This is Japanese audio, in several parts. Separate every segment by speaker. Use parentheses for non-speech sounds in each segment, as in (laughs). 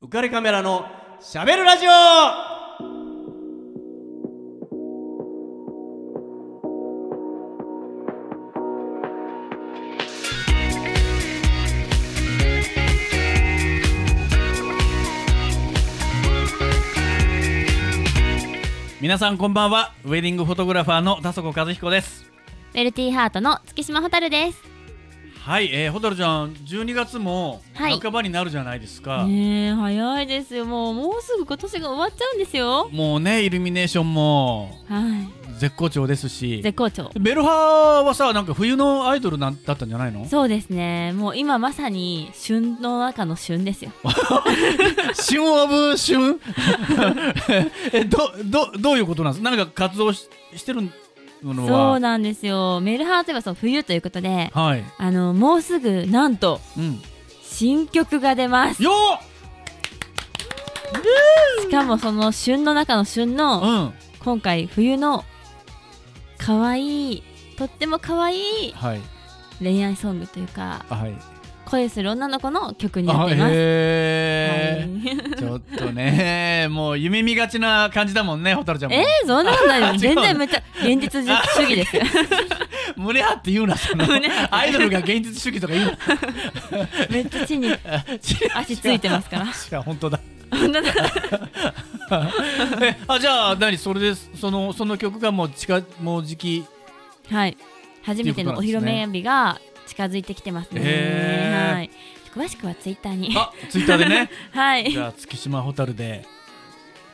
Speaker 1: 浮かれカメラのしゃべるラジオ
Speaker 2: 皆さんこんばんはウェディングフォトグラファーの田底和彦です
Speaker 3: メルティーハートの月島蛍です。
Speaker 2: はい、えー、ホタルちゃん12月も
Speaker 3: はい
Speaker 2: 半ばになるじゃないですか、
Speaker 3: ねえ、早いですよ。もう、もうすぐ今年が終わっちゃうんですよ。
Speaker 2: もうねイルミネーションも
Speaker 3: は
Speaker 2: 絶好調です
Speaker 3: い。
Speaker 2: し
Speaker 3: 絶好調。
Speaker 2: ベルハはさなんか冬のアイドルなんだったんじゃないの
Speaker 3: そうですね。もう今まさに旬の中の旬ですよ。
Speaker 2: 旬オブ旬 (laughs) えどどどういうことなんですか何か活動ししてるのは
Speaker 3: そうなんですよ。メルハーといえばそう冬ということで、
Speaker 2: はい、
Speaker 3: あの、もうすぐなんと
Speaker 2: うん、
Speaker 3: 新曲が出ます。
Speaker 2: よ
Speaker 3: しかもその旬の中の旬
Speaker 2: っ、
Speaker 3: の
Speaker 2: うん
Speaker 3: 今回冬の可愛いとっても可愛い
Speaker 2: はい
Speaker 3: 恋愛ソングというか
Speaker 2: あはい
Speaker 3: 恋する女の子の曲にな
Speaker 2: あ
Speaker 3: っています。
Speaker 2: へー
Speaker 3: はい
Speaker 2: ちょっとね、もう夢見がちな感じだもんね、ホタルちゃんも。
Speaker 3: えー、そんなこと
Speaker 2: (laughs)
Speaker 3: ないよ。
Speaker 2: 違う
Speaker 3: 全
Speaker 2: の
Speaker 3: 然めっちゃ現実主義ですよ。
Speaker 2: 胸張って言うな、その
Speaker 3: 胸張って
Speaker 2: アイドルが現実主義とか言うな。
Speaker 3: めっちゃ地に (laughs) 足ついてますから。
Speaker 2: 違う、本当だ。
Speaker 3: 本当だ
Speaker 2: (laughs) えあ、じゃあ、何、それです、その、その曲がもう近、もうじき。
Speaker 3: はい。初めてのお披露目日が近づいてきてますね。
Speaker 2: へー
Speaker 3: はい。詳しくはツイッターに。
Speaker 2: あ、ツイッターでね。
Speaker 3: (laughs) はい。
Speaker 2: じゃあ、月島ホタルで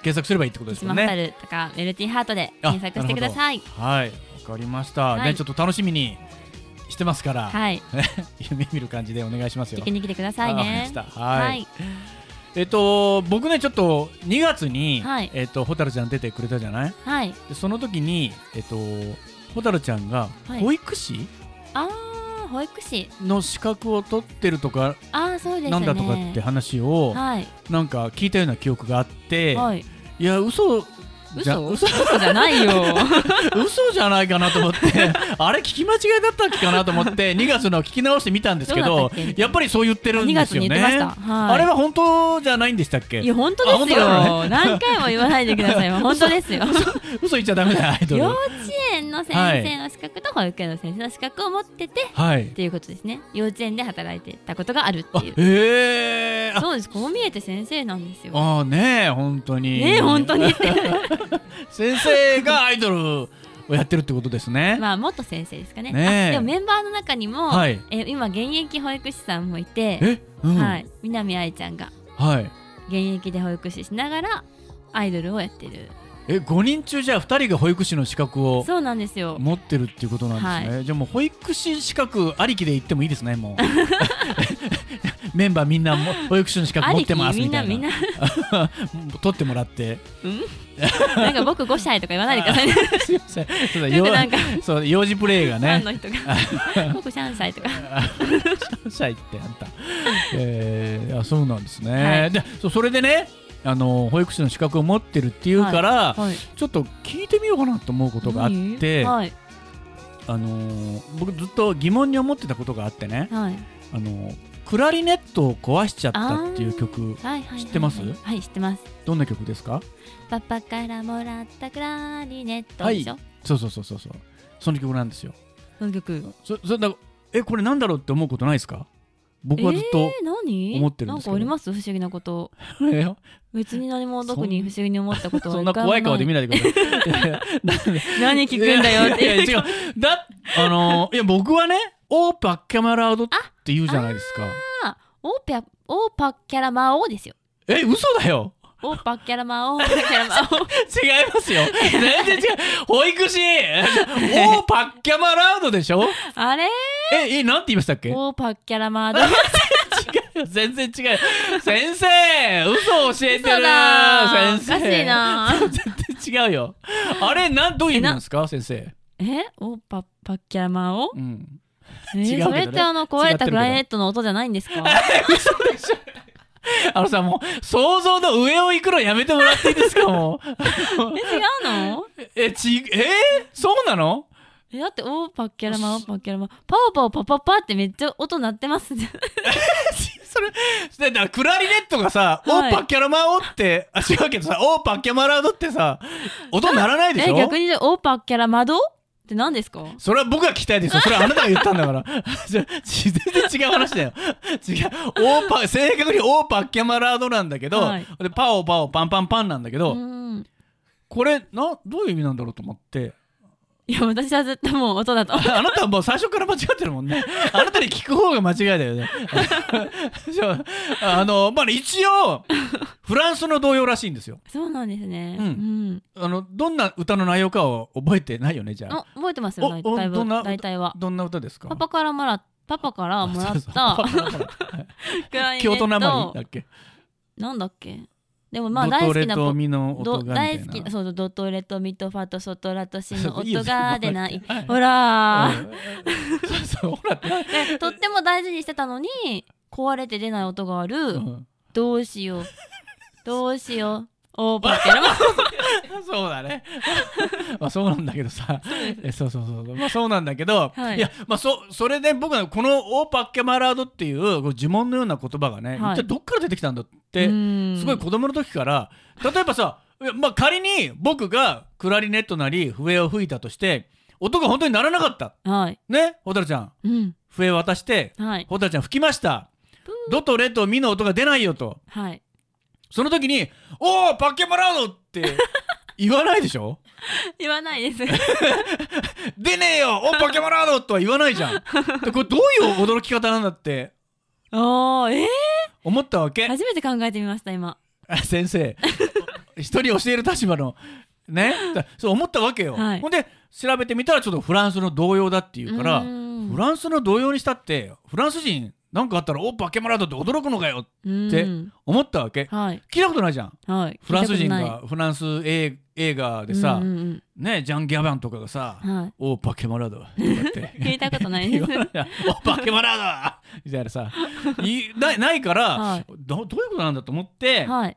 Speaker 2: 検索すればいいってことです
Speaker 3: ス
Speaker 2: よ
Speaker 3: マホタ
Speaker 2: ね。
Speaker 3: ルとかメルティーハートで検索してください。
Speaker 2: はい、わかりました。
Speaker 3: は
Speaker 2: ね、
Speaker 3: い
Speaker 2: ちょっと楽しみにしてますから、
Speaker 3: はい。
Speaker 2: 夢見る感じでお願いしますよ
Speaker 3: 聞き。に来てください
Speaker 2: あわかりま
Speaker 3: ね
Speaker 2: し。たは
Speaker 3: はいい。。
Speaker 2: えっと、僕ねちょっと2月に、
Speaker 3: はい
Speaker 2: えっとホタルちゃん出てくれたじゃない
Speaker 3: はい。
Speaker 2: でその時にえっとホタルちゃんが
Speaker 3: はい
Speaker 2: 保育士
Speaker 3: あー、保育士。
Speaker 2: の資格を取ってるとか
Speaker 3: あー、そうですね。
Speaker 2: なんだとかって。話を
Speaker 3: はい。
Speaker 2: なんか聞いたような記憶があって、
Speaker 3: はい。
Speaker 2: い、や嘘じゃ
Speaker 3: 嘘
Speaker 2: 嘘
Speaker 3: 嘘じゃ
Speaker 2: (laughs)
Speaker 3: ないよ。
Speaker 2: 嘘じゃないかなと思って
Speaker 3: (laughs)
Speaker 2: あれ聞き間違いだったっけかなと思って2月の聞き直してみたんですけ
Speaker 3: ど
Speaker 2: ど
Speaker 3: うだったっけ
Speaker 2: やっぱりそう言ってるん
Speaker 3: 2
Speaker 2: で
Speaker 3: 月
Speaker 2: すよ
Speaker 3: に
Speaker 2: ね。
Speaker 3: 言ってました。はい。
Speaker 2: あれは本当じゃないんでしたっ
Speaker 3: い
Speaker 2: け
Speaker 3: や本当です
Speaker 2: あ本当
Speaker 3: よ。何回も言わないでくだ
Speaker 2: (laughs)
Speaker 3: さい。本当ですよ。
Speaker 2: 嘘言っちゃダメだよアイドル
Speaker 3: 幼。稚園の先生の資格と保育園の先生の資格を持ってて
Speaker 2: はい
Speaker 3: っていうことですね。幼稚園で働いてたことがあるっ
Speaker 2: あ
Speaker 3: ていう。
Speaker 2: へえー、あ
Speaker 3: そうです。こう見えて先生なんですよ。
Speaker 2: あーねえ本当に
Speaker 3: ねえ本当
Speaker 2: (laughs)
Speaker 3: に。
Speaker 2: 先生がアイドルをやってるってことですね、
Speaker 3: (laughs) まあ元先生ですかね。
Speaker 2: ねえ
Speaker 3: あでもメンバーの中にも、
Speaker 2: はい
Speaker 3: え今現役保育士さんもいて、
Speaker 2: えうん
Speaker 3: はい南愛ちゃんが
Speaker 2: はい
Speaker 3: 現役で保育士しながらアイドルをやってる。
Speaker 2: え5人中じゃあ2人が保育士の資格を
Speaker 3: そうなんですよ。
Speaker 2: 持ってるっていうことなんですね、じゃあもう保育士資格ありきで言ってもいいですねもう (laughs) メンバーみんなも保育士の資格
Speaker 3: あ
Speaker 2: 持
Speaker 3: り
Speaker 2: っ
Speaker 3: き
Speaker 2: てます
Speaker 3: み
Speaker 2: み
Speaker 3: ん
Speaker 2: た
Speaker 3: ないみん
Speaker 2: な
Speaker 3: な
Speaker 2: 取ってもらって (laughs)
Speaker 3: なん (laughs) か僕5歳とか言わないでくださいね。
Speaker 2: すいませんそうだ
Speaker 3: よ
Speaker 2: よ
Speaker 3: くなんか
Speaker 2: そう幼児プレイが
Speaker 3: ファ
Speaker 2: ね
Speaker 3: ンの人が
Speaker 2: (laughs)
Speaker 3: 「僕3歳」とか
Speaker 2: 何歳ってあんた、えー、あそうなんですね、
Speaker 3: はい
Speaker 2: でそそれでねあの保育士の資格を持ってるっていうから、
Speaker 3: はい
Speaker 2: ちょっと聞いてみようかなと思うことがあって、
Speaker 3: はい
Speaker 2: あのー僕ずっと疑問に思ってたことがあってね、
Speaker 3: はい
Speaker 2: あのークラリネットを壊しちゃったっていう曲
Speaker 3: はいはい
Speaker 2: 知ってます
Speaker 3: はい知ってます
Speaker 2: どんな曲ですか
Speaker 3: パパからもらったクラリネット
Speaker 2: はい
Speaker 3: でしょ
Speaker 2: そうそうそうそうそうその曲なんですよ
Speaker 3: その曲
Speaker 2: そそだえこれなんだろうって思うことないですか僕はずっ
Speaker 3: え
Speaker 2: と、
Speaker 3: ー何
Speaker 2: 思ってるんですけ
Speaker 3: なんか
Speaker 2: ど
Speaker 3: あります不思議なこと別に何も特に不思議に思ったことは
Speaker 2: そんな怖い顔で見
Speaker 3: な
Speaker 2: ないでくださいいやいや
Speaker 3: 何 (laughs) 聞くんだよって
Speaker 2: いやいや
Speaker 3: いう
Speaker 2: 違う。だ、あのーいや、僕はね、オーパッキャマラードって言うじゃないですか。
Speaker 3: オーパオーパッキャラマオーですよ
Speaker 2: え、嘘だよ。
Speaker 3: オーパッキャラマオーパッキャラマオ
Speaker 2: (laughs)
Speaker 3: ー
Speaker 2: 違いますよ。全然違う。保
Speaker 3: (laughs)
Speaker 2: 育士オーパッキャマラードでしょ
Speaker 3: あれ
Speaker 2: え、え、なんて言いましたっけ
Speaker 3: オーパッキャラマード
Speaker 2: 違うよ。 (laughs) 全然違う。先生嘘を教えて
Speaker 3: 嘘
Speaker 2: る
Speaker 3: だーお
Speaker 2: 先生
Speaker 3: かしいなー
Speaker 2: 全然違うよ。あれ、なん、どういう意味なんですか先生。
Speaker 3: (laughs) えオーパパッキャラマオー
Speaker 2: うん。
Speaker 3: え
Speaker 2: 違うけ
Speaker 3: ー
Speaker 2: どね
Speaker 3: それってあの壊れたクラリネットの音じゃないんですか
Speaker 2: (laughs) あのさ、もう、想像の上を行くのやめてもらっていいですかもう
Speaker 3: え。違うの
Speaker 2: (laughs) え、ち、えーそうなの (laughs)
Speaker 3: えだっておーパッキャラマオーパッキャラマパオパオパパパってめっちゃ音鳴ってますね
Speaker 2: 違うそれでだからクラリネットがさ「
Speaker 3: はい
Speaker 2: オーパッキャラマオ」ってあ違うけどさ「オーパッキャマラド」ってさ音ならないでし
Speaker 3: え
Speaker 2: ょ
Speaker 3: 逆にじゃあオーパーキャラ窓って何ですか
Speaker 2: それは僕が聞きたいですよ。それはあなたが言ったんだから。 (laughs) じゃ全然違う話だよ。違う。オーパ、正確にオーパッキャマラードなんだけど、
Speaker 3: はい
Speaker 2: でパオパオパンパンパンなんだけど、
Speaker 3: うん
Speaker 2: これな、どういう意味なんだろうと思って。
Speaker 3: いや私は絶対もう音だと
Speaker 2: ああなたはもう最初から間違ってるもんね。 (laughs) あなたに聞く方が間違いだよね。 (laughs) じゃあ、あの、まあ、一応、フランスの童謡らしいんですよ。
Speaker 3: そうなんですね
Speaker 2: う
Speaker 3: うんん、
Speaker 2: あの、どんな歌の内容かを覚えてないよね、じゃあ。
Speaker 3: あ覚えてますよ
Speaker 2: お
Speaker 3: 大
Speaker 2: お
Speaker 3: 体
Speaker 2: どんな
Speaker 3: は大体は
Speaker 2: どんな歌ですか
Speaker 3: パパからもらパパからもらっ
Speaker 2: そ
Speaker 3: た
Speaker 2: うそう (laughs) パパから
Speaker 3: クラリネット
Speaker 2: (laughs) 京都なまりだっけ
Speaker 3: なんだっけでもまあ
Speaker 2: ド
Speaker 3: 大
Speaker 2: ト
Speaker 3: 好
Speaker 2: レ
Speaker 3: きな
Speaker 2: と
Speaker 3: ポ
Speaker 2: ミの
Speaker 3: ど
Speaker 2: 音がみた
Speaker 3: 大
Speaker 2: い
Speaker 3: 好
Speaker 2: な
Speaker 3: きなそうそうドトレとミトファとソトラとシの
Speaker 2: いいよ
Speaker 3: 音が出ない
Speaker 2: はい
Speaker 3: ほらー、
Speaker 2: うんそうそうほらって
Speaker 3: でとっても大事にしてたのに壊れて出ない音がある、
Speaker 2: うん
Speaker 3: どうしようどうしようオーパーってやる
Speaker 2: そうだね (laughs) まあそうなんだけどさえそうそうそうまあそうなんだけど
Speaker 3: はい
Speaker 2: いやまあそそれで僕はこのオーパッケマラードっていうこう呪文のような言葉がね
Speaker 3: はい
Speaker 2: 一体どっから出てきたんだっ
Speaker 3: う
Speaker 2: て
Speaker 3: ん
Speaker 2: すごい子供の時から例えばさいやまあ仮に僕がクラリネットなり笛を吹いたとして音が本当にならなかった
Speaker 3: はい
Speaker 2: ね蛍ちゃん
Speaker 3: うん
Speaker 2: 笛渡して
Speaker 3: はい
Speaker 2: 蛍ちゃん吹きましたドとレとミの音が出ないよと
Speaker 3: はい
Speaker 2: その時に「おおパッケマラード!」って言わないでしょ
Speaker 3: 言わないです (laughs)
Speaker 2: 出ねえよおーパッケマラードとは言わないじゃんでこれどういう驚き方なんだって
Speaker 3: おーえ
Speaker 2: 思ったわ
Speaker 3: ー、
Speaker 2: け
Speaker 3: 初めて考えてみました今
Speaker 2: あ先生一人教える立場のねだそう思ったわけよ、
Speaker 3: はい
Speaker 2: ほんで調べてみたらちょっとフランスの童謡だっていうから
Speaker 3: うーん
Speaker 2: フランスの童謡にしたってフランス人なんかあったら「おーパッケマラード」って驚くのかよって
Speaker 3: うん
Speaker 2: 思ったわけ
Speaker 3: はい
Speaker 2: 聞いたことないじゃん
Speaker 3: はい
Speaker 2: フランス
Speaker 3: 聞
Speaker 2: 人
Speaker 3: いたこ
Speaker 2: がフランス映映画
Speaker 3: と
Speaker 2: で
Speaker 3: ない
Speaker 2: さ、
Speaker 3: うんうん
Speaker 2: ねジャン・ギャバンとかがさ
Speaker 3: うんはい
Speaker 2: 「オーパケマラード」とかって
Speaker 3: (laughs) 聞いたことない
Speaker 2: (laughs) 言
Speaker 3: で
Speaker 2: わ
Speaker 3: す
Speaker 2: ない「オーパケマラード」みたいなさいないないから、
Speaker 3: はい
Speaker 2: どどういうことなんだと思って、
Speaker 3: はい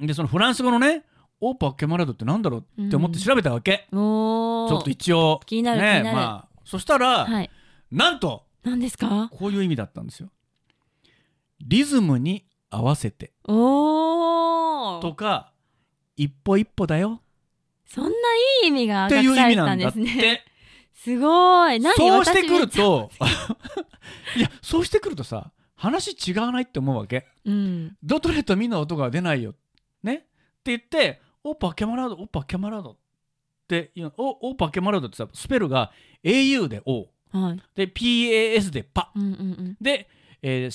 Speaker 2: でそのフランス語のね「オーパケマラード」ってなんだろうって思って調べたわけ、
Speaker 3: おお
Speaker 2: ちょっと一応
Speaker 3: 気になる気
Speaker 2: ね
Speaker 3: になる
Speaker 2: まあそしたら、
Speaker 3: はい
Speaker 2: なんと
Speaker 3: 何ですか
Speaker 2: こういう意味だったんですよ。リズムに合わせて
Speaker 3: おお
Speaker 2: とか一歩一歩だよ
Speaker 3: そんないい意味が
Speaker 2: っ
Speaker 3: 上
Speaker 2: てい
Speaker 3: が
Speaker 2: う意
Speaker 3: され
Speaker 2: 味な
Speaker 3: た
Speaker 2: ん
Speaker 3: んで
Speaker 2: だっ
Speaker 3: すね。 (laughs)
Speaker 2: て。
Speaker 3: すごい。何
Speaker 2: そうしてく
Speaker 3: 私
Speaker 2: る
Speaker 3: めっちゃ
Speaker 2: と (laughs) いやそうしてくるとさ話違わないって思うわけ
Speaker 3: うん。
Speaker 2: ドトレとミの音が出ないよねって言ってオッパケマラードオッパケマラードっていうおオッパケマラードってさスペルが au で O
Speaker 3: はい。
Speaker 2: で PAS でパ
Speaker 3: うんうん
Speaker 2: で、えー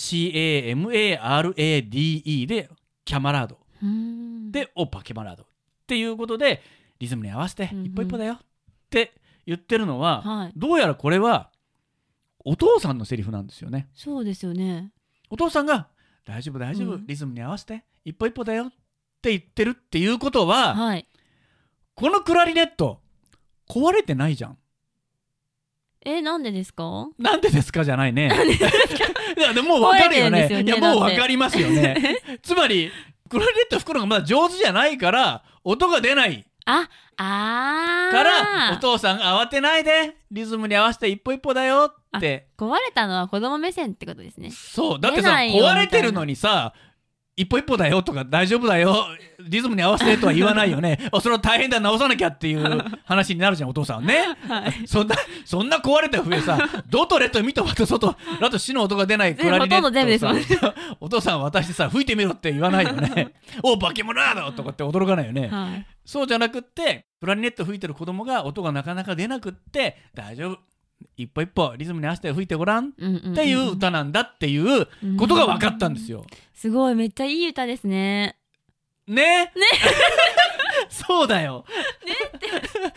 Speaker 2: CAMARADE でキャマラード
Speaker 3: うんうーん。
Speaker 2: でオッパケマラードっていうことでリズムに合わせて
Speaker 3: うんうん
Speaker 2: 一歩一歩だよって言ってるのは、
Speaker 3: はい。
Speaker 2: どうやらこれはお父さんのセリフなんですよね
Speaker 3: そうですよね。
Speaker 2: お父さんが「大丈夫大丈夫、
Speaker 3: うん
Speaker 2: リズムに合わせて一歩一歩だよ」って言ってるっていうことは、
Speaker 3: はい。
Speaker 2: このクラリネット壊れてないじゃん
Speaker 3: え、なんでですか
Speaker 2: なんでですかじゃないね (laughs) いやでももう分かるよね
Speaker 3: 壊れてるん
Speaker 2: い
Speaker 3: ですよね
Speaker 2: やもう
Speaker 3: だっ
Speaker 2: 分
Speaker 3: て
Speaker 2: かります
Speaker 3: (laughs)
Speaker 2: よねつまりクラリネット吹くのがまだ上手じゃないから音が出ない
Speaker 3: あ、あー。
Speaker 2: からお父さんが慌てないでリズムに合わせて一歩一歩だよって
Speaker 3: 壊れたのは子供目線ってことですね。
Speaker 2: そうだってさ
Speaker 3: 出ないよみた
Speaker 2: 壊
Speaker 3: いな
Speaker 2: れてるのにさ一歩一歩だよとか大丈夫だよリズムに合わせてとは言わないよね
Speaker 3: (laughs)
Speaker 2: あそれは大変だ直さなきゃっていう話になるじゃんお (laughs) 父さんはね
Speaker 3: はい。
Speaker 2: そんなそんな壊れた笛さ「ドとレとミとファとソとラとシの音が出ないクラリネットをさ
Speaker 3: 全部ほとんど全部で
Speaker 2: お父さんは渡してさ吹いてみろって言わないよ
Speaker 3: (laughs)
Speaker 2: ね「お化け物だ!」とかって驚かないよね
Speaker 3: はい。
Speaker 2: そうじゃなくってクラリネット吹いてる子供が音がなかなか出なくって大丈夫一歩一歩リズムに合わせて吹いてごらん
Speaker 3: うんうんん。
Speaker 2: っていう歌なんだっていうことが分かったんです
Speaker 3: よ。
Speaker 2: よ。
Speaker 3: すごい、めっちゃいい歌ですね。
Speaker 2: ねね (laughs) そうだよ。ね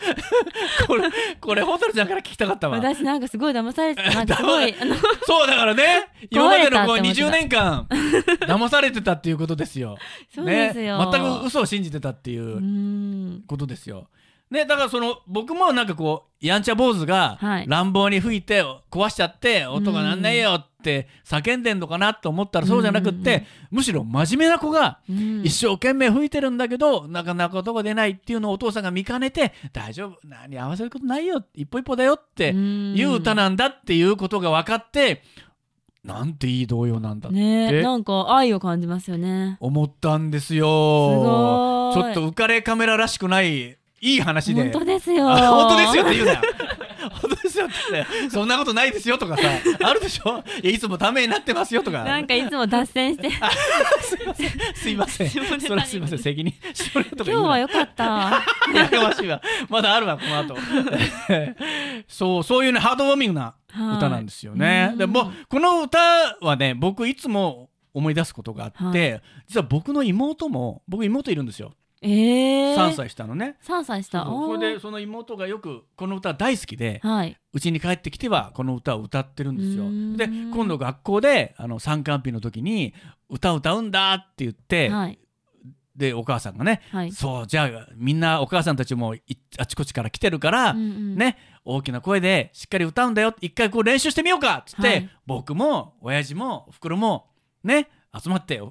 Speaker 2: (laughs) これ、これ、ホタルちゃんから聞きたかったわ。
Speaker 3: 私なんかすごい騙されてた。なんかす
Speaker 2: (laughs)
Speaker 3: ごい、あの、
Speaker 2: そうだからね、今ま
Speaker 3: 壊
Speaker 2: で
Speaker 3: れた
Speaker 2: の
Speaker 3: って
Speaker 2: こ
Speaker 3: 思
Speaker 2: う
Speaker 3: ってた
Speaker 2: 20年間、騙されてたっていうことですよ。
Speaker 3: そうですよ。
Speaker 2: ね、全く嘘を信じてたっていう
Speaker 3: ー。
Speaker 2: うんことですよ。ね、だからその僕もなんかこうやんちゃ坊主が
Speaker 3: はい
Speaker 2: 乱暴に吹いて壊しちゃって音がなんないよって叫んでんのかなと思ったらそうじゃなく
Speaker 3: う
Speaker 2: っ
Speaker 3: ん
Speaker 2: てむしろ真面目な子が
Speaker 3: うん
Speaker 2: 一生懸命吹いてるんだけどなかなか音が出ないっていうのをお父さんが見かねて「大丈夫何合わせることないよ一歩一歩だよ」っていう歌なんだっていうことが分かってなんていい童謡なんだって
Speaker 3: ねえなんか愛を感じますよね
Speaker 2: 思ったんです
Speaker 3: す
Speaker 2: よ
Speaker 3: ご
Speaker 2: ち
Speaker 3: ー
Speaker 2: ょっ
Speaker 3: い
Speaker 2: と浮かれカメラらしくないいい話で
Speaker 3: 本当ですよ
Speaker 2: あ本当ですよって言うなよ (laughs) 本当ですよって言うなよそんなことないですよとかさあるでしょいやいつもためになってますよとか
Speaker 3: (laughs) なんかいつも脱線して
Speaker 2: (laughs) すいません
Speaker 3: 下ネタに
Speaker 2: それはすいません責任それ
Speaker 3: 今
Speaker 2: とか
Speaker 3: 日
Speaker 2: 言う
Speaker 3: は
Speaker 2: な
Speaker 3: 良かった
Speaker 2: やかましいわまだあるわこの後そうそういうねハードウォーミングな (laughs) 歌なんですよね、
Speaker 3: はい
Speaker 2: でもうこの歌はね僕いつも思い出すことがあって、実は僕の妹も僕妹いるんですよ、
Speaker 3: ええ
Speaker 2: 3歳下のね
Speaker 3: 3歳した
Speaker 2: そ
Speaker 3: お
Speaker 2: う
Speaker 3: ー
Speaker 2: それでその妹がよくこの歌大好きで
Speaker 3: はい、
Speaker 2: うちに帰ってきてはこの歌を歌ってるんですよ
Speaker 3: うーん
Speaker 2: で今度学校であの参観日の時に歌を歌うんだって言って、
Speaker 3: はい
Speaker 2: でお母さんがね
Speaker 3: はい
Speaker 2: そうじゃあみんなお母さんたちもいあちこちから来てるから、
Speaker 3: うんうん
Speaker 2: ね大きな声でしっかり歌うんだよ一回こう練習してみようかっつって、
Speaker 3: はい
Speaker 2: 僕も親父もおふくろもね集まって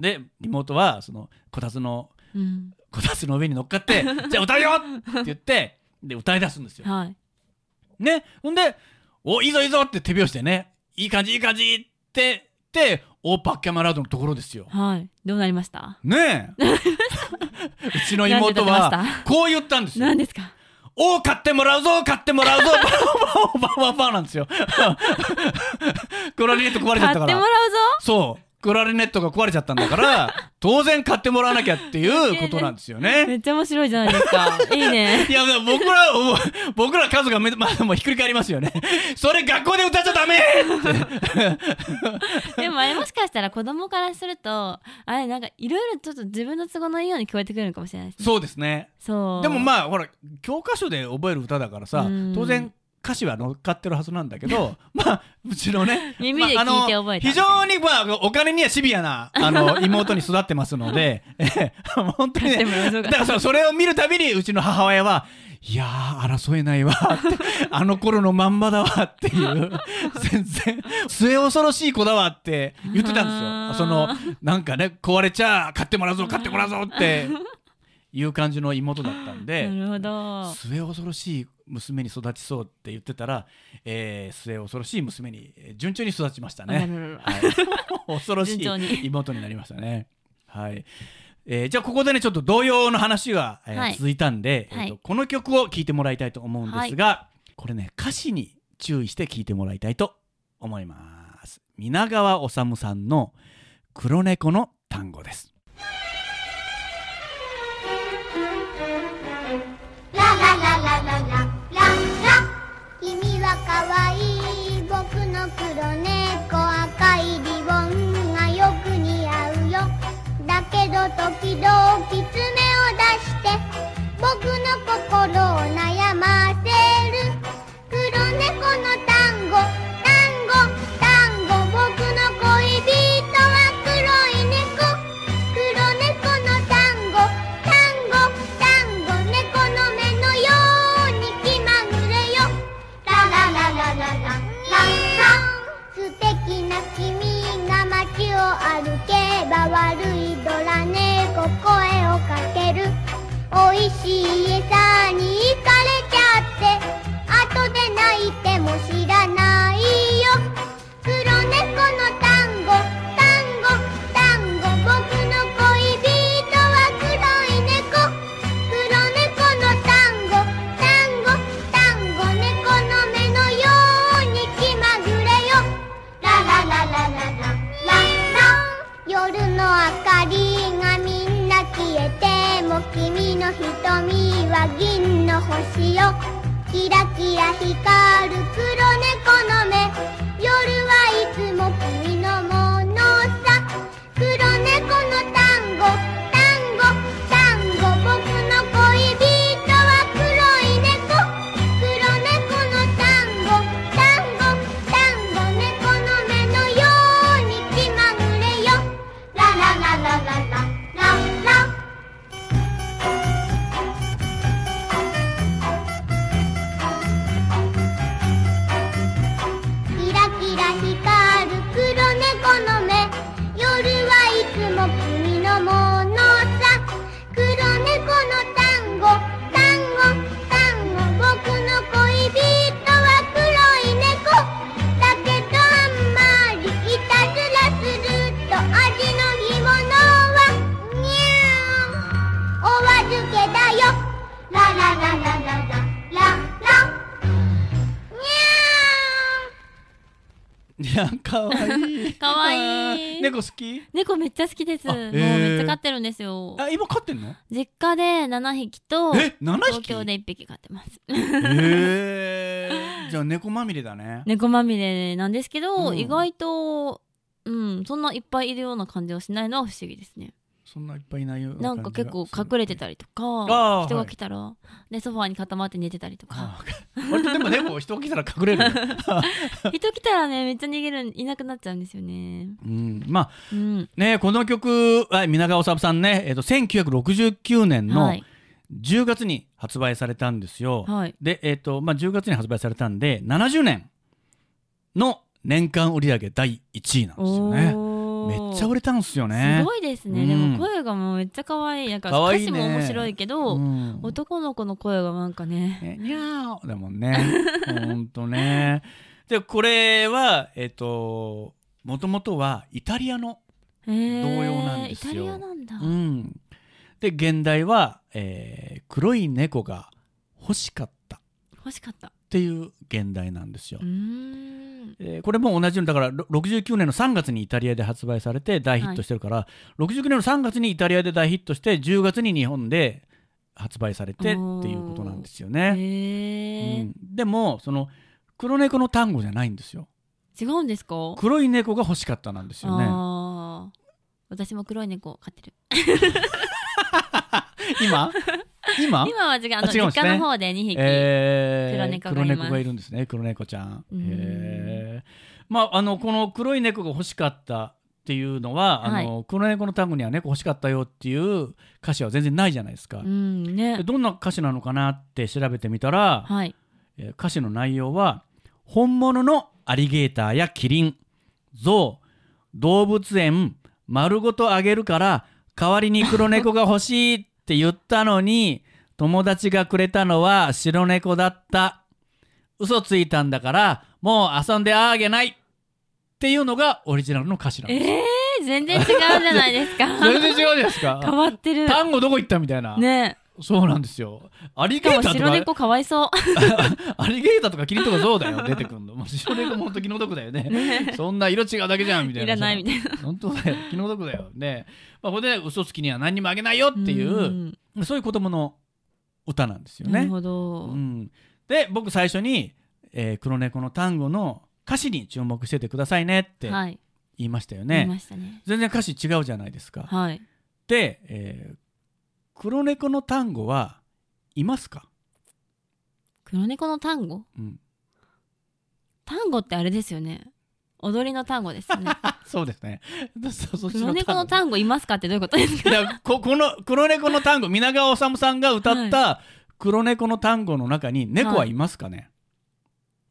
Speaker 2: で妹はそのこたつの
Speaker 3: うん
Speaker 2: こたつの上に乗っか
Speaker 3: (laughs)
Speaker 2: って「じゃあ歌うよ!」って言ってで歌い出すんですよ。
Speaker 3: はい
Speaker 2: ねほんで「おいいぞいいぞ!」って手拍子でね「いい感じいい感じ!」ってってオーパッキャマラードのところですよ。
Speaker 3: はいどうなりました
Speaker 2: ね
Speaker 3: (laughs)
Speaker 2: えうちの妹
Speaker 3: なんて歌
Speaker 2: は
Speaker 3: ってまし
Speaker 2: こう言ったんですよ
Speaker 3: 何。ですか
Speaker 2: お買ってもらうぞ買ってもらうぞバーバーバーバーバーなんですよクラリネット壊れち
Speaker 3: 買
Speaker 2: ゃっ
Speaker 3: って
Speaker 2: た
Speaker 3: も
Speaker 2: からら
Speaker 3: う
Speaker 2: そうクラリネットが壊れちゃったんだから当然買ってもらわなきゃっていうことなんですよ
Speaker 3: ぞめ
Speaker 2: ね
Speaker 3: っちゃ面白いじゃないですかいいね
Speaker 2: いやでも僕らもう僕ら数がめ、まあ、もうひっくり返りますよねそれ学校で歌っちゃダメ (laughs)
Speaker 3: でもあれもしかしたら子供からするとあれなんかいろいろちょっと自分の都合のいいように聞こえてくるのかもしれないですね
Speaker 2: そうですね
Speaker 3: そう
Speaker 2: でもまあほら教科書で覚える歌だからさ
Speaker 3: うん
Speaker 2: 当然歌詞は乗っかってるはずなんだけ
Speaker 3: (laughs)
Speaker 2: どまあうちのね
Speaker 3: 耳で聞いて
Speaker 2: まああの
Speaker 3: 覚えたみ
Speaker 2: 非
Speaker 3: たいな
Speaker 2: 常にまあお金にはシビアな
Speaker 3: (laughs)
Speaker 2: あの妹に育ってますのでええ (laughs) 本当に
Speaker 3: 買って
Speaker 2: ね
Speaker 3: もらうぞ
Speaker 2: だからそうそれを見るたびにうちの母親は「いやー争えないわ」って「あの頃のまんまだわ」っていう全然末恐ろしい子だわって言ってたんですよそのなんかね壊れちゃあ買ってもらうぞ買ってもらうぞっていう感じの妹だったんで
Speaker 3: なるほど
Speaker 2: 末恐ろしい娘に育ちそうって言ってたら、えー末恐ろしい娘にえー順調に育ちました
Speaker 3: あら
Speaker 2: ね。
Speaker 3: ららら
Speaker 2: はい、恐ろし
Speaker 3: 順調に
Speaker 2: い妹になりましたね。はい。えーじゃあここでねちょっと童謡の話が、えー
Speaker 3: はい
Speaker 2: 続いたんで、え
Speaker 3: はい
Speaker 2: ーとこの曲を聴いてもらいたいと思うんですが、これね歌詞に注意して聴いてもらいたいと思います。皆川治さんの「黒猫の単語」です。
Speaker 3: (laughs)
Speaker 4: ララララララララ君は可愛い僕の黒猫赤いリボンがよく似合うよだけど時々爪を出して僕の心を悩ませる黒猫の単語単語単語僕の恋人は黒い猫黒猫の単語単語単語猫の目のように気まぐれよラララララララ素敵な君が街を歩けば悪いドラ猫声をかけるおいしい餌に行かれちゃって後で泣いても知らないよ黒猫の単語単語単語僕の恋人は黒い猫黒猫の単語単語単語猫の目のように気まぐれよララララララララ夜の明かりがみんな消えても君の瞳は銀の星よキラキラ光る黒猫の目夜はいつも君のものさ黒猫の単語単語単語僕の恋人は黒い猫黒猫の単語単語単語猫の目のように気まぐれよララララララララキラキラ光る黒猫
Speaker 2: いやんかわいい
Speaker 3: (laughs) かわいい
Speaker 2: あー猫好き
Speaker 3: 猫めっちゃ好きです。
Speaker 2: あ
Speaker 3: もう
Speaker 2: へー
Speaker 3: めっちゃ飼ってるんですよ。
Speaker 2: あ今飼って
Speaker 3: (laughs)
Speaker 2: んの
Speaker 3: 実家で7匹と、
Speaker 2: え7匹
Speaker 3: 東京で1匹飼ってます。 (laughs)
Speaker 2: えー、じゃあ猫まみれだね
Speaker 3: 猫まみれなんですけど、
Speaker 2: うん
Speaker 3: 意外と、うん、そんないっぱいいるような感じはしないのは不思議ですね。
Speaker 2: そんないっぱいいないよう
Speaker 3: な
Speaker 2: なん
Speaker 3: か
Speaker 2: 感じ
Speaker 3: 結
Speaker 2: が
Speaker 3: 構隠れてたりと
Speaker 2: あ
Speaker 3: か
Speaker 2: ー
Speaker 3: 人
Speaker 2: は
Speaker 3: が
Speaker 2: い
Speaker 3: 来たら、でソファーに固まって寝てたりとか
Speaker 2: あー割とでも猫人が来たら隠れるよ
Speaker 3: (laughs)
Speaker 2: ね、
Speaker 3: 人来たらねめっちゃ逃げるいなくなっちゃうんですよね。
Speaker 2: うん、まあ
Speaker 3: うん、
Speaker 2: ねこの曲は皆川修さんね、えっと1969年
Speaker 3: は
Speaker 2: の
Speaker 3: い
Speaker 2: 10月に発売されたんですよ、
Speaker 3: はい
Speaker 2: で、えっとまあ、10月に発売されたんで70年の年間売り上げ第1位なんですよね
Speaker 3: おー
Speaker 2: めっちゃ売れたんですよね
Speaker 3: すごいですね、
Speaker 2: うん
Speaker 3: でも声がもうめっちゃ可愛いなんか
Speaker 2: 可
Speaker 3: 歌
Speaker 2: 愛い
Speaker 3: 詞
Speaker 2: ね
Speaker 3: も面白いけど、
Speaker 2: うん
Speaker 3: 男の子の声がなんかね
Speaker 2: ねにゃーだもん
Speaker 3: (laughs)
Speaker 2: ねほんとねでこれはえっ、ともともとはイタリアの
Speaker 3: 同
Speaker 2: 様なんですよ
Speaker 3: イタリアなんだ、
Speaker 2: うん、で現代は、えー黒い猫が欲しかった」っ
Speaker 3: 欲しかった
Speaker 2: ていう現代なんですよ
Speaker 3: うー。ん
Speaker 2: えーこれも同じようにだからろ69年の3月にイタリアで発売されて大ヒットしてるから、69年の3月にイタリアで大ヒットして10月に日本で発売されてっていうことなんですよね。う
Speaker 3: へえ、
Speaker 2: ん、でもその黒猫の単語じゃないんですよ。
Speaker 3: 違うんですか
Speaker 2: 黒い猫が欲しかったなんですよね。
Speaker 3: あー私も黒い猫を飼ってる
Speaker 2: 今今
Speaker 3: 今は違うあの
Speaker 2: あ違うん
Speaker 3: 実
Speaker 2: ですね
Speaker 3: 家の方で2匹、
Speaker 2: えー
Speaker 3: 黒猫がいます
Speaker 2: 黒猫がいるんですね黒猫ちゃん、
Speaker 3: うん
Speaker 2: えーまああのこの黒い猫が欲しかったっていうのは、あの黒猫の単語には猫欲しかったよっていう歌詞は全然ないじゃないですか、
Speaker 3: うん
Speaker 2: で
Speaker 3: ね
Speaker 2: どんな歌詞なのかなって調べてみたら、
Speaker 3: はい
Speaker 2: えー歌詞の内容は本物のアリゲーターやキリンゾウ動物園丸ごとあげるから代わりに黒猫が欲しいって言ったのに友達がくれたのは白猫だった嘘ついたんだからもう遊んであげないっていうのがオリジナルの歌詞なん
Speaker 3: え
Speaker 2: です
Speaker 3: ー、全然違うじゃないです
Speaker 2: (laughs)
Speaker 3: か
Speaker 2: 全然違うじゃないです
Speaker 3: (laughs) 変
Speaker 2: か
Speaker 3: わってる
Speaker 2: 単語どこ行ったみたいな、
Speaker 3: ね
Speaker 2: そうなんですよアリ
Speaker 3: し
Speaker 2: ゲ
Speaker 3: か
Speaker 2: ー
Speaker 3: も
Speaker 2: ターと
Speaker 3: 白
Speaker 2: か
Speaker 3: 猫かわいそう
Speaker 2: (laughs) アリゲーターとかキリンとかゾウだよ出てくんのもう白猫もほんと気の毒だよねそんな色違うだけじゃんみたい
Speaker 3: い
Speaker 2: な
Speaker 3: らないみたい
Speaker 2: 本当だよ気の毒だよねまあこれで嘘つきには何にもあげないよ
Speaker 3: な
Speaker 2: っていうんそういう子供の歌なんですよ
Speaker 3: なる
Speaker 2: ね
Speaker 3: ほど、
Speaker 2: うん、で僕最初に、えー黒猫の単語の歌詞に注目しててくださいねって言
Speaker 3: はい
Speaker 2: いましたよ
Speaker 3: 見
Speaker 2: ね
Speaker 3: ましたね
Speaker 2: 全然歌詞違うじゃないですか
Speaker 3: はい
Speaker 2: で、えー黒猫の単語はいますか、
Speaker 3: 黒猫の単語
Speaker 2: うん、 (laughs)
Speaker 3: 単語ってあれですよね踊りの単語ですよね
Speaker 2: そうですねそそっち
Speaker 3: 黒猫の
Speaker 2: 単
Speaker 3: 単
Speaker 2: 語
Speaker 3: 語いますかってどういうことですか
Speaker 2: いやここの黒猫の単語皆川治さんが歌った黒猫の単語の中に猫はいますかね、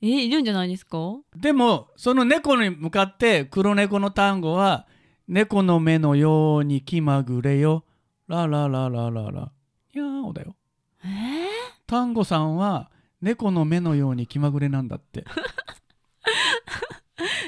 Speaker 3: えいるんじゃないですか
Speaker 2: でもその猫に向かって黒猫の単語は「猫の目のように気まぐれよララララララ」にゃーおだよ
Speaker 3: えー、
Speaker 2: 単語さんは猫の目のように気まぐれなんだって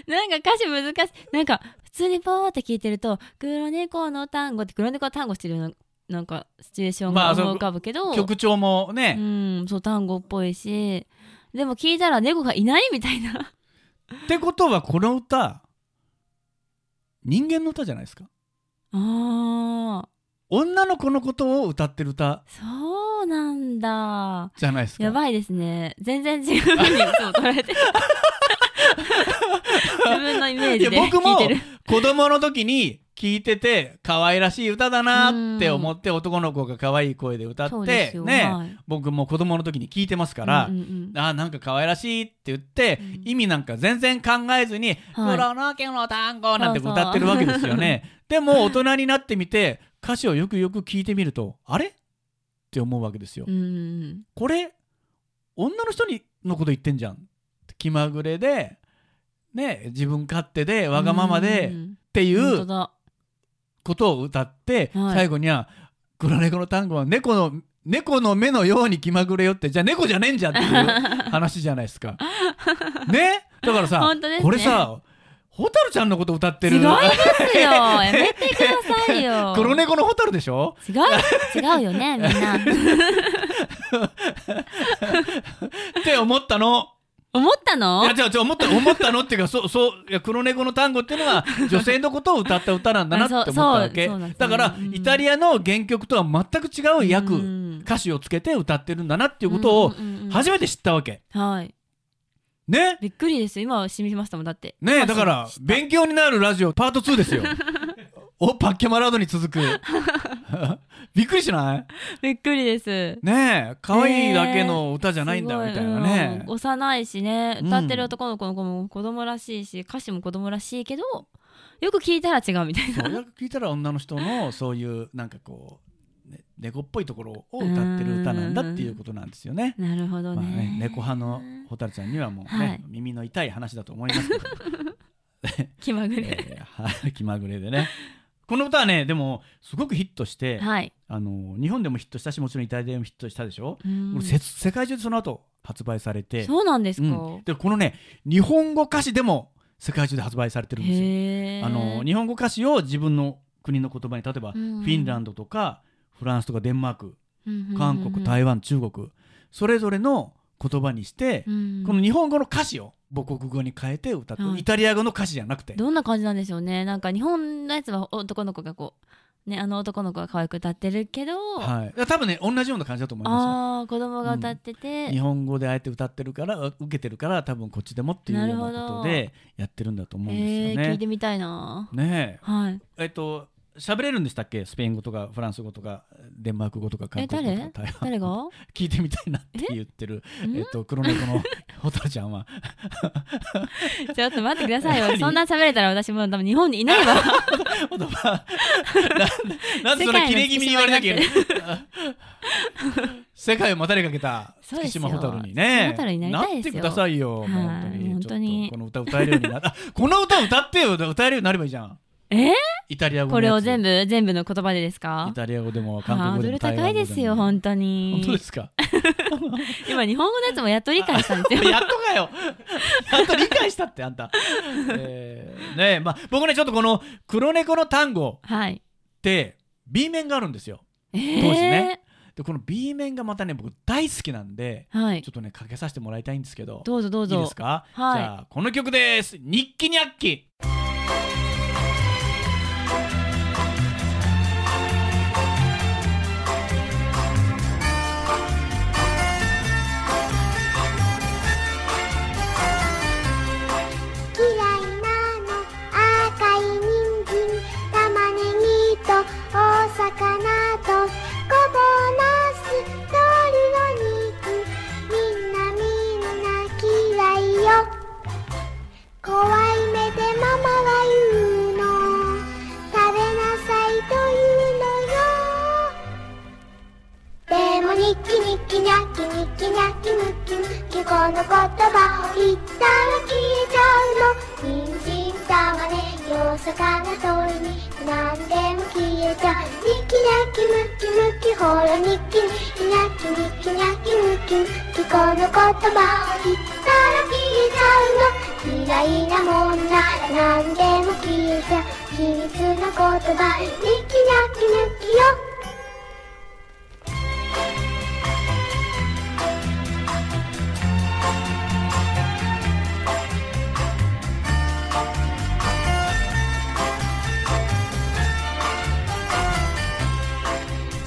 Speaker 3: なんか歌詞難しいなんか普通にポーって聞いてると黒猫の単語って黒猫の単語してるようななんかシチュエーション
Speaker 2: ま
Speaker 3: が
Speaker 2: あその
Speaker 3: 思い浮かぶけど、
Speaker 2: 曲調もね、
Speaker 3: うんそう単語っぽいしでも聞いたら猫がいないみたいな
Speaker 2: ってことはこの歌人間の歌じゃないですか
Speaker 3: あー
Speaker 2: 女の子のことを歌ってる歌
Speaker 3: そうなんだ
Speaker 2: じゃないですか
Speaker 3: やばいですね全然違うふうにい
Speaker 2: (laughs)
Speaker 3: つも捉えてる自分のイメージで
Speaker 2: いや
Speaker 3: 聞
Speaker 2: 僕も
Speaker 3: いてる
Speaker 2: 子供の時に聞いてて可愛らしい歌だなって思って男の子が可愛い声で歌
Speaker 3: そう
Speaker 2: っ
Speaker 3: で
Speaker 2: て
Speaker 3: すよ
Speaker 2: ね
Speaker 3: はい
Speaker 2: 僕も子供の時に聞いてますから
Speaker 3: うんうん
Speaker 2: あーなんか可愛らしいって言って
Speaker 3: うん
Speaker 2: 意味なんか全然考えずに「
Speaker 3: はい
Speaker 2: 黒の毛の単語」なんて
Speaker 3: そうそう
Speaker 2: 歌ってるわけですよね (laughs) でも大人になってみて歌詞をよくよく聞いてみるとあれって思うわけですよ
Speaker 3: うんうんうん
Speaker 2: これ女の人にのこと言ってんじゃん気まぐれでね自分勝手でわがままで
Speaker 3: うん
Speaker 2: ってい
Speaker 3: うん本当
Speaker 2: う
Speaker 3: だ
Speaker 2: ことを歌って、
Speaker 3: はい
Speaker 2: 最後には「黒猫の単語は猫の猫の目のように気まぐれよ」ってじゃあ猫じゃねえんじゃんっていう話じゃないで
Speaker 3: (laughs)
Speaker 2: すか。ねだからさ、
Speaker 3: 本当ですね
Speaker 2: これさ蛍ちゃんのこと歌って
Speaker 3: 違
Speaker 2: る
Speaker 3: い
Speaker 2: (laughs)
Speaker 3: ますよやめてくださいよ
Speaker 2: 黒猫の蛍でしょ
Speaker 3: 違う違うよねみんな
Speaker 2: (laughs) って思ったの。
Speaker 3: 思ったの
Speaker 2: いや、違う違う、思った、思ったのっていうか、そう、そう、いや、黒猫の単語ってい
Speaker 3: (laughs)
Speaker 2: うのは、女性のことを歌った歌なんだなって思ったわけ。
Speaker 3: あそうそうそうなんですね
Speaker 2: だから、
Speaker 3: うん
Speaker 2: イタリアの原曲とは全く違う訳、
Speaker 3: うん
Speaker 2: 歌詞をつけて歌ってるんだなっていうことを
Speaker 3: うんうんうんうん、
Speaker 2: 初めて知ったわけ。
Speaker 3: はい
Speaker 2: ね
Speaker 3: びっくりですよ今染みましたもんだって
Speaker 2: ね
Speaker 3: 今
Speaker 2: だから、
Speaker 3: し
Speaker 2: 勉強になるラジオパート2ですよ。
Speaker 3: (laughs)
Speaker 2: お、パッキャマラードに続く。 (laughs) びっくりしない
Speaker 3: びっくりです
Speaker 2: ねえ、可愛いだけの歌じゃないんだ、みたいな
Speaker 3: すご
Speaker 2: ね
Speaker 3: いうん。幼いしね
Speaker 2: うん
Speaker 3: 歌ってる男の子の子も子供らしいし、歌詞も子供らしいけどよく聞いたら違うみたい
Speaker 2: そう
Speaker 3: な
Speaker 2: よく聞いたら女の人のそういうなんかこう、ね、猫っぽいところを歌ってる歌なんだっていうことなんですよね。
Speaker 3: なるほど
Speaker 2: まあ
Speaker 3: ね,、
Speaker 2: ね猫派の蛍ちゃんにはもうね、
Speaker 3: はい
Speaker 2: 耳の痛い話だと思いますけど、
Speaker 3: (laughs) 気まぐれ、
Speaker 2: えーは気まぐれでね。この歌はねでもすごくヒットして、
Speaker 3: はい、
Speaker 2: あの日本でもヒットしたしもちろんイタリアでもヒットしたでしょ、
Speaker 3: うん
Speaker 2: これせ世界中でその後発売されて
Speaker 3: そうなんですか、
Speaker 2: うんでこのね日本語歌詞でも世界中で発売されてるんですよ。
Speaker 3: へえ
Speaker 2: あの日本語歌詞を自分の国の言葉に例えば、
Speaker 3: うん
Speaker 2: フィンランドとかフランスとかデンマーク韓国台湾中国それぞれの言葉にして、
Speaker 3: うん
Speaker 2: この日本語の歌詞を母国語に変えて歌って、
Speaker 3: はい
Speaker 2: イタリア語の歌詞じゃなくて
Speaker 3: どんな感じなんでしょうねなんか日本のやつは男の子がこうねあの男の子が可愛く歌ってるけど、あ
Speaker 2: はい、多分ね同じような感じだと思いますよ
Speaker 3: あー子供が歌ってて、
Speaker 2: 日本語であえて歌ってるから受けてるから多分こっちでもっていうよう
Speaker 3: な
Speaker 2: な
Speaker 3: るほ
Speaker 2: こ
Speaker 3: ど
Speaker 2: とでやってるんだと思うんですよ
Speaker 3: えー聞
Speaker 2: ね
Speaker 3: い。てみたいな
Speaker 2: ね
Speaker 3: はい
Speaker 2: ええっと喋れるんでしたっけスペイン語とかフランス語とかデンマーク語とか韓
Speaker 3: え
Speaker 2: 国語とか
Speaker 3: 誰
Speaker 2: 台湾語 (laughs)
Speaker 3: 誰が
Speaker 2: 聞いてみたいなって言ってるえ
Speaker 3: ん (laughs)
Speaker 2: っと黒猫の蛍ちゃんは
Speaker 3: ちょっと待ってくださいよ。
Speaker 2: 何
Speaker 3: そんな喋れたら私もう多分日本にいないわ。
Speaker 2: 蛍はなんでなんでそんな切れ気味に言われなきゃいけない世界をまたれかけた
Speaker 3: そう
Speaker 2: 月
Speaker 3: ですよ
Speaker 2: 島蛍にね
Speaker 3: 月島蛍になりたいですよ
Speaker 2: ってくださいよもう
Speaker 3: はい
Speaker 2: 本当に
Speaker 3: 本当に
Speaker 2: ちょっとこの歌歌えるようになあこの歌歌ってよ歌えるようになればいいじゃん
Speaker 3: え
Speaker 2: イタリア語
Speaker 3: (laughs) これを全
Speaker 2: 部
Speaker 3: 部、全部の言葉でです
Speaker 2: イ
Speaker 3: か
Speaker 2: タリア語でも韓
Speaker 3: ハ
Speaker 2: 国
Speaker 3: ー
Speaker 2: 語
Speaker 3: ド
Speaker 2: で
Speaker 3: ル
Speaker 2: も台湾
Speaker 3: 高い
Speaker 2: 語でも
Speaker 3: ですよ、本当
Speaker 2: 本
Speaker 3: に
Speaker 2: 当で。すか
Speaker 3: 今、日本語のやつもやっと理解したんですよ。
Speaker 2: やっとかよやっと理解したってあんた、えーねえまあ僕ねちょっとこの「黒猫の単語」
Speaker 3: (laughs) はい。
Speaker 2: って B 面があるんですよ
Speaker 3: えー
Speaker 2: 当時ね。でこの B 面がまたね僕大好きなんで
Speaker 3: はい
Speaker 2: ちょ。っとねかけさせてもらいたいんですけど
Speaker 3: どうぞどう
Speaker 2: いいで
Speaker 3: ぞ
Speaker 2: す。か、
Speaker 3: はい
Speaker 2: じゃあこの曲です日記にゃっき
Speaker 4: 嫌いなの赤い人参玉ねぎとお魚とごぼうなす鶏の肉みんなみんな嫌いよ怖い目でママが言うの食べなさいと言うのよでもニッキニッキニャッキニッキニャッキニッキニッキこの言葉を言ったら消えちゃうの人参玉ねぎお魚鳥に何でも消えちゃうニッキニャッキニッキニッキほらニッキニッキニャッキニッキニャッキニッキニッキこの言葉を言ったら消えちゃうの嫌いなもんなら何でも聞いた秘密の言葉ニッキナッキナッキよ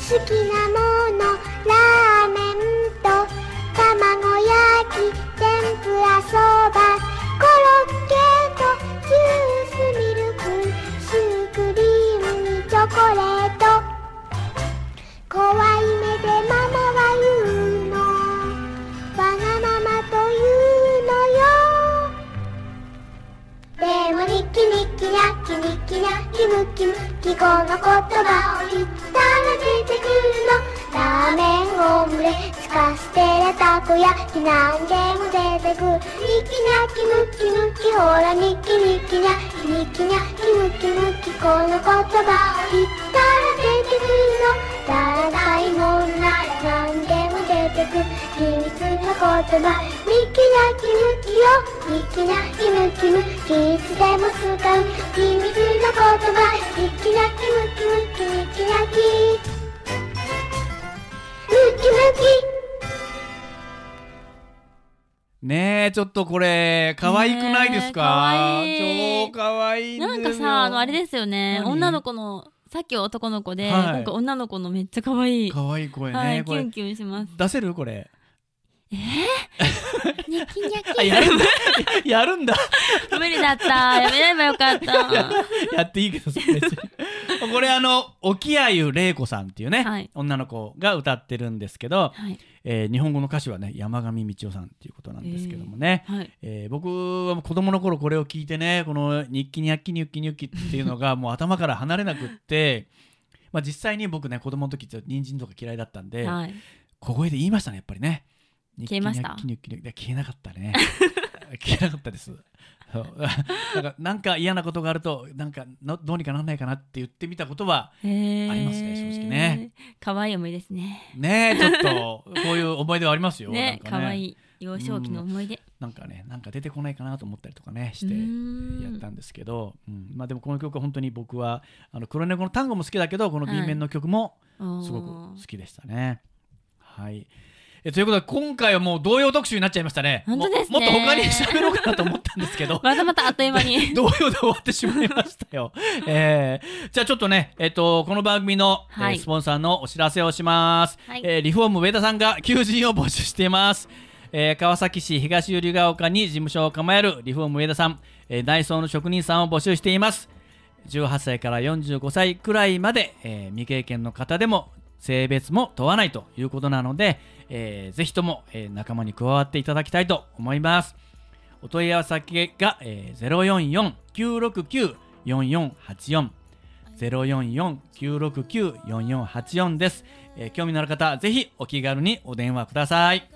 Speaker 4: 好きなものラーメンと卵焼き天ぷらそばコロッケとジュースミルクシュークリームにチョコレート怖い目でママは言うのわがままというのよでもニッキニッキニャッキニッキニャッキムッキムッキこの言葉を言ったら出てくるのラーメンオムレツかステラたこ焼きなんでも出てくるニッキニャッキムッキムッキほらニッキニッキニャッキニッキニャッキムッキムッキこの言葉を言ったら出てくるのだらないもんならなんでも出てくる秘密の言葉ニッキニャッキムッキよニッキニャッキムッキムッキいつでも使う秘密の言葉ニッキニャッキムッキムッキニッキニャッキムッキムッキ
Speaker 2: ねえねちょっとこれ可愛くないですか
Speaker 3: ねえ可愛い
Speaker 2: 超可愛い
Speaker 3: なんかさあのあれですすよね
Speaker 2: 何
Speaker 3: 女の子のさっきは男の子で、
Speaker 2: はい
Speaker 3: 今回女の子のめっちゃ可愛い
Speaker 2: 可愛い声ね、
Speaker 3: はい、
Speaker 2: こ
Speaker 3: キュ
Speaker 2: れ
Speaker 3: ンキュンします
Speaker 2: 出せるこれ (laughs)
Speaker 4: ニッキニャ
Speaker 2: あ
Speaker 4: キ
Speaker 2: やるんだやるんだ (laughs)
Speaker 3: 無理だったやめればよかった
Speaker 2: やっていい
Speaker 3: (laughs)
Speaker 2: けどさ別にこれあの沖合優玲子さんっていうね、
Speaker 3: はい
Speaker 2: 女の子が歌ってるんですけど、
Speaker 3: はい
Speaker 2: えー日本語の歌詞はね山上道夫さんっていうことなんですけどもね、
Speaker 3: はい
Speaker 2: えー僕はもう子供の頃これを聞いてねこの「日記にやっきにゆっきにゆっき」っていう
Speaker 3: (laughs)
Speaker 2: のがもう頭から離れなくって、まあ、実際に僕ね子供の時ちょっと人参とか嫌いだったんで、
Speaker 3: はい
Speaker 2: 小声で言いましたねやっぱりね。
Speaker 3: 消えました
Speaker 2: 日記にやっきにゆっきにゆっきいや消えなかったね。 (laughs) 消えなかったです。そう (laughs) なんかなんか嫌なことがあるとなんかのどうにかなんないかなって言ってみたことは
Speaker 3: あり
Speaker 2: ありますね正直ね
Speaker 3: 可愛い思いですね
Speaker 2: ねえちょっとこういう思い出はありますよ。
Speaker 3: (laughs) ね
Speaker 2: なん
Speaker 3: 可
Speaker 2: か
Speaker 3: 愛、
Speaker 2: ね
Speaker 3: い幼少期の思い出
Speaker 2: なんかねなんか出てこないかなと思ったりとかねして。やった
Speaker 3: ん
Speaker 2: んですけど、うんまあ、でもこの曲は本当に僕はあの黒猫の単語も好きだけどこの B 面の曲もすごく好きでしたね。はい、えということで今回はもう童謡特集になっちゃいましたね。
Speaker 3: 本当ですね。
Speaker 2: ももっと他に喋ろうかなと思ったんですけど
Speaker 3: またまたあっという間に
Speaker 2: (laughs) 童謡で終わってしまいましたよ。えーじゃあちょっとね、えっ、と、この番組の、
Speaker 3: はい
Speaker 2: えースポンサーのお知らせをします。
Speaker 3: はい
Speaker 2: えーリフォーム上田さんが求人を募集しています。えー川崎市東百合ヶ丘に事務所を構えるリフォーム上田さん、えー内装の職人さんを募集しています。18歳から45歳くらいまで、えー未経験の方でも性別も問わないということなので、えーぜひとも、えー仲間に加わっていただきたいと思います。お問い合わせ先が、えー、044-969-4484 044-969-4484です、えー興味のある方はぜひお気軽にお電話ください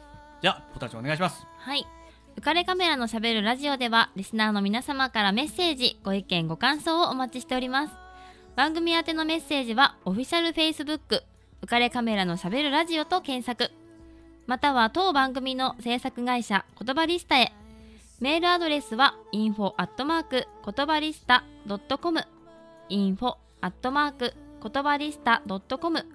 Speaker 2: じゃあポタちゃんお願いします
Speaker 3: はい。浮かれカメラのしゃべるラジオでは、リスナーの皆様からメッセージ、ご意見、ご感想をお待ちしております。番組宛てのメッセージは、オフィシャル Facebook、浮かれカメラのしゃべるラジオと検索、または当番組の制作会社、言葉リスタへ。メールアドレスは、info アットマーク、言葉リスタ .com、info アットマーク、言葉リスタ .com、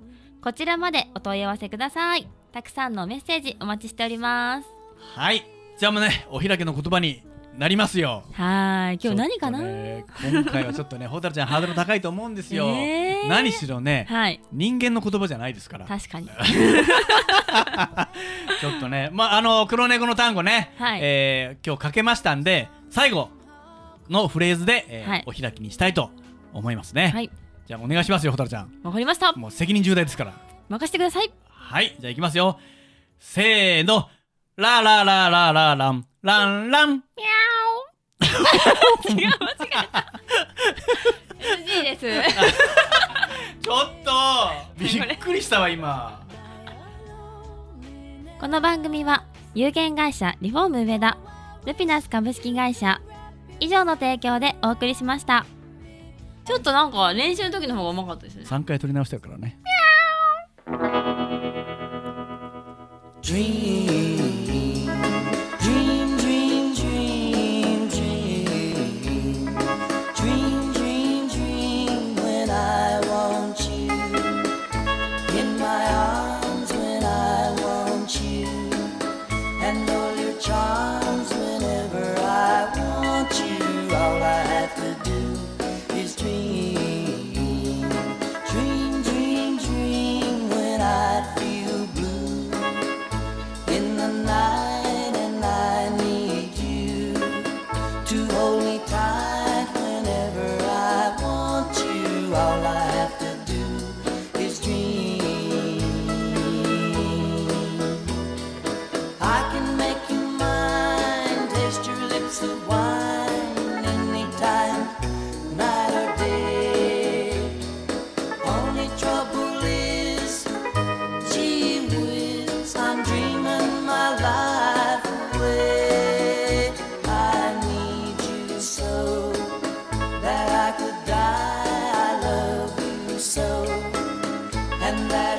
Speaker 3: こちらまでお問い合わせください。たくさんのメッセージお待ちしております。
Speaker 2: はいじゃあもうねお開きの言葉になりますよ
Speaker 3: はーい今日何かな、
Speaker 2: ちょっとね今回はちょっ
Speaker 3: (laughs)
Speaker 2: とねホタルちゃんハードル高いと思うんですよ、
Speaker 3: えー
Speaker 2: 何しろね
Speaker 3: はい
Speaker 2: 人間の言葉じゃないですから
Speaker 3: 確かに
Speaker 2: ちょっとね、まあ、あの、黒猫の単語ね、
Speaker 3: はい
Speaker 2: えー今日かけましたんで、最後のフレーズで、えー
Speaker 3: はい
Speaker 2: お開きにしたいと思いますね。
Speaker 3: はい
Speaker 2: じゃあ、お願いしますよ、蛍ちゃん。
Speaker 3: わかりました
Speaker 2: もう責任重大ですから。
Speaker 3: 任せてください
Speaker 2: はい、じゃあ、いきますよ。せーの、ララララララン、ランラン。
Speaker 3: 違う間違えた NG です
Speaker 2: ちょっとびっくりしたわ、今。
Speaker 3: (laughs) この番組は有限会社リフォーム上田ルピナス株式会社以上の提供でお送りしましたちょっとなんか練習の時の方がうまかったですね
Speaker 2: 3回取り直してるからね。
Speaker 5: Dream, dream, dream, dream, dream, dream, dream, dream. When I want you in my arms, when I want you, and all your charms. Whenever I want you, all I have to do is dream, dream, dream, dream. When I feel blue in the night and I need you to hold me tight whenever I want you. All I have to do is dream. I can make you mine, taste your lips of wine anytime, night or day. Only trouble is Gee whiz, I'm dreaming my life away. I need you so that I could die. I love you so, and that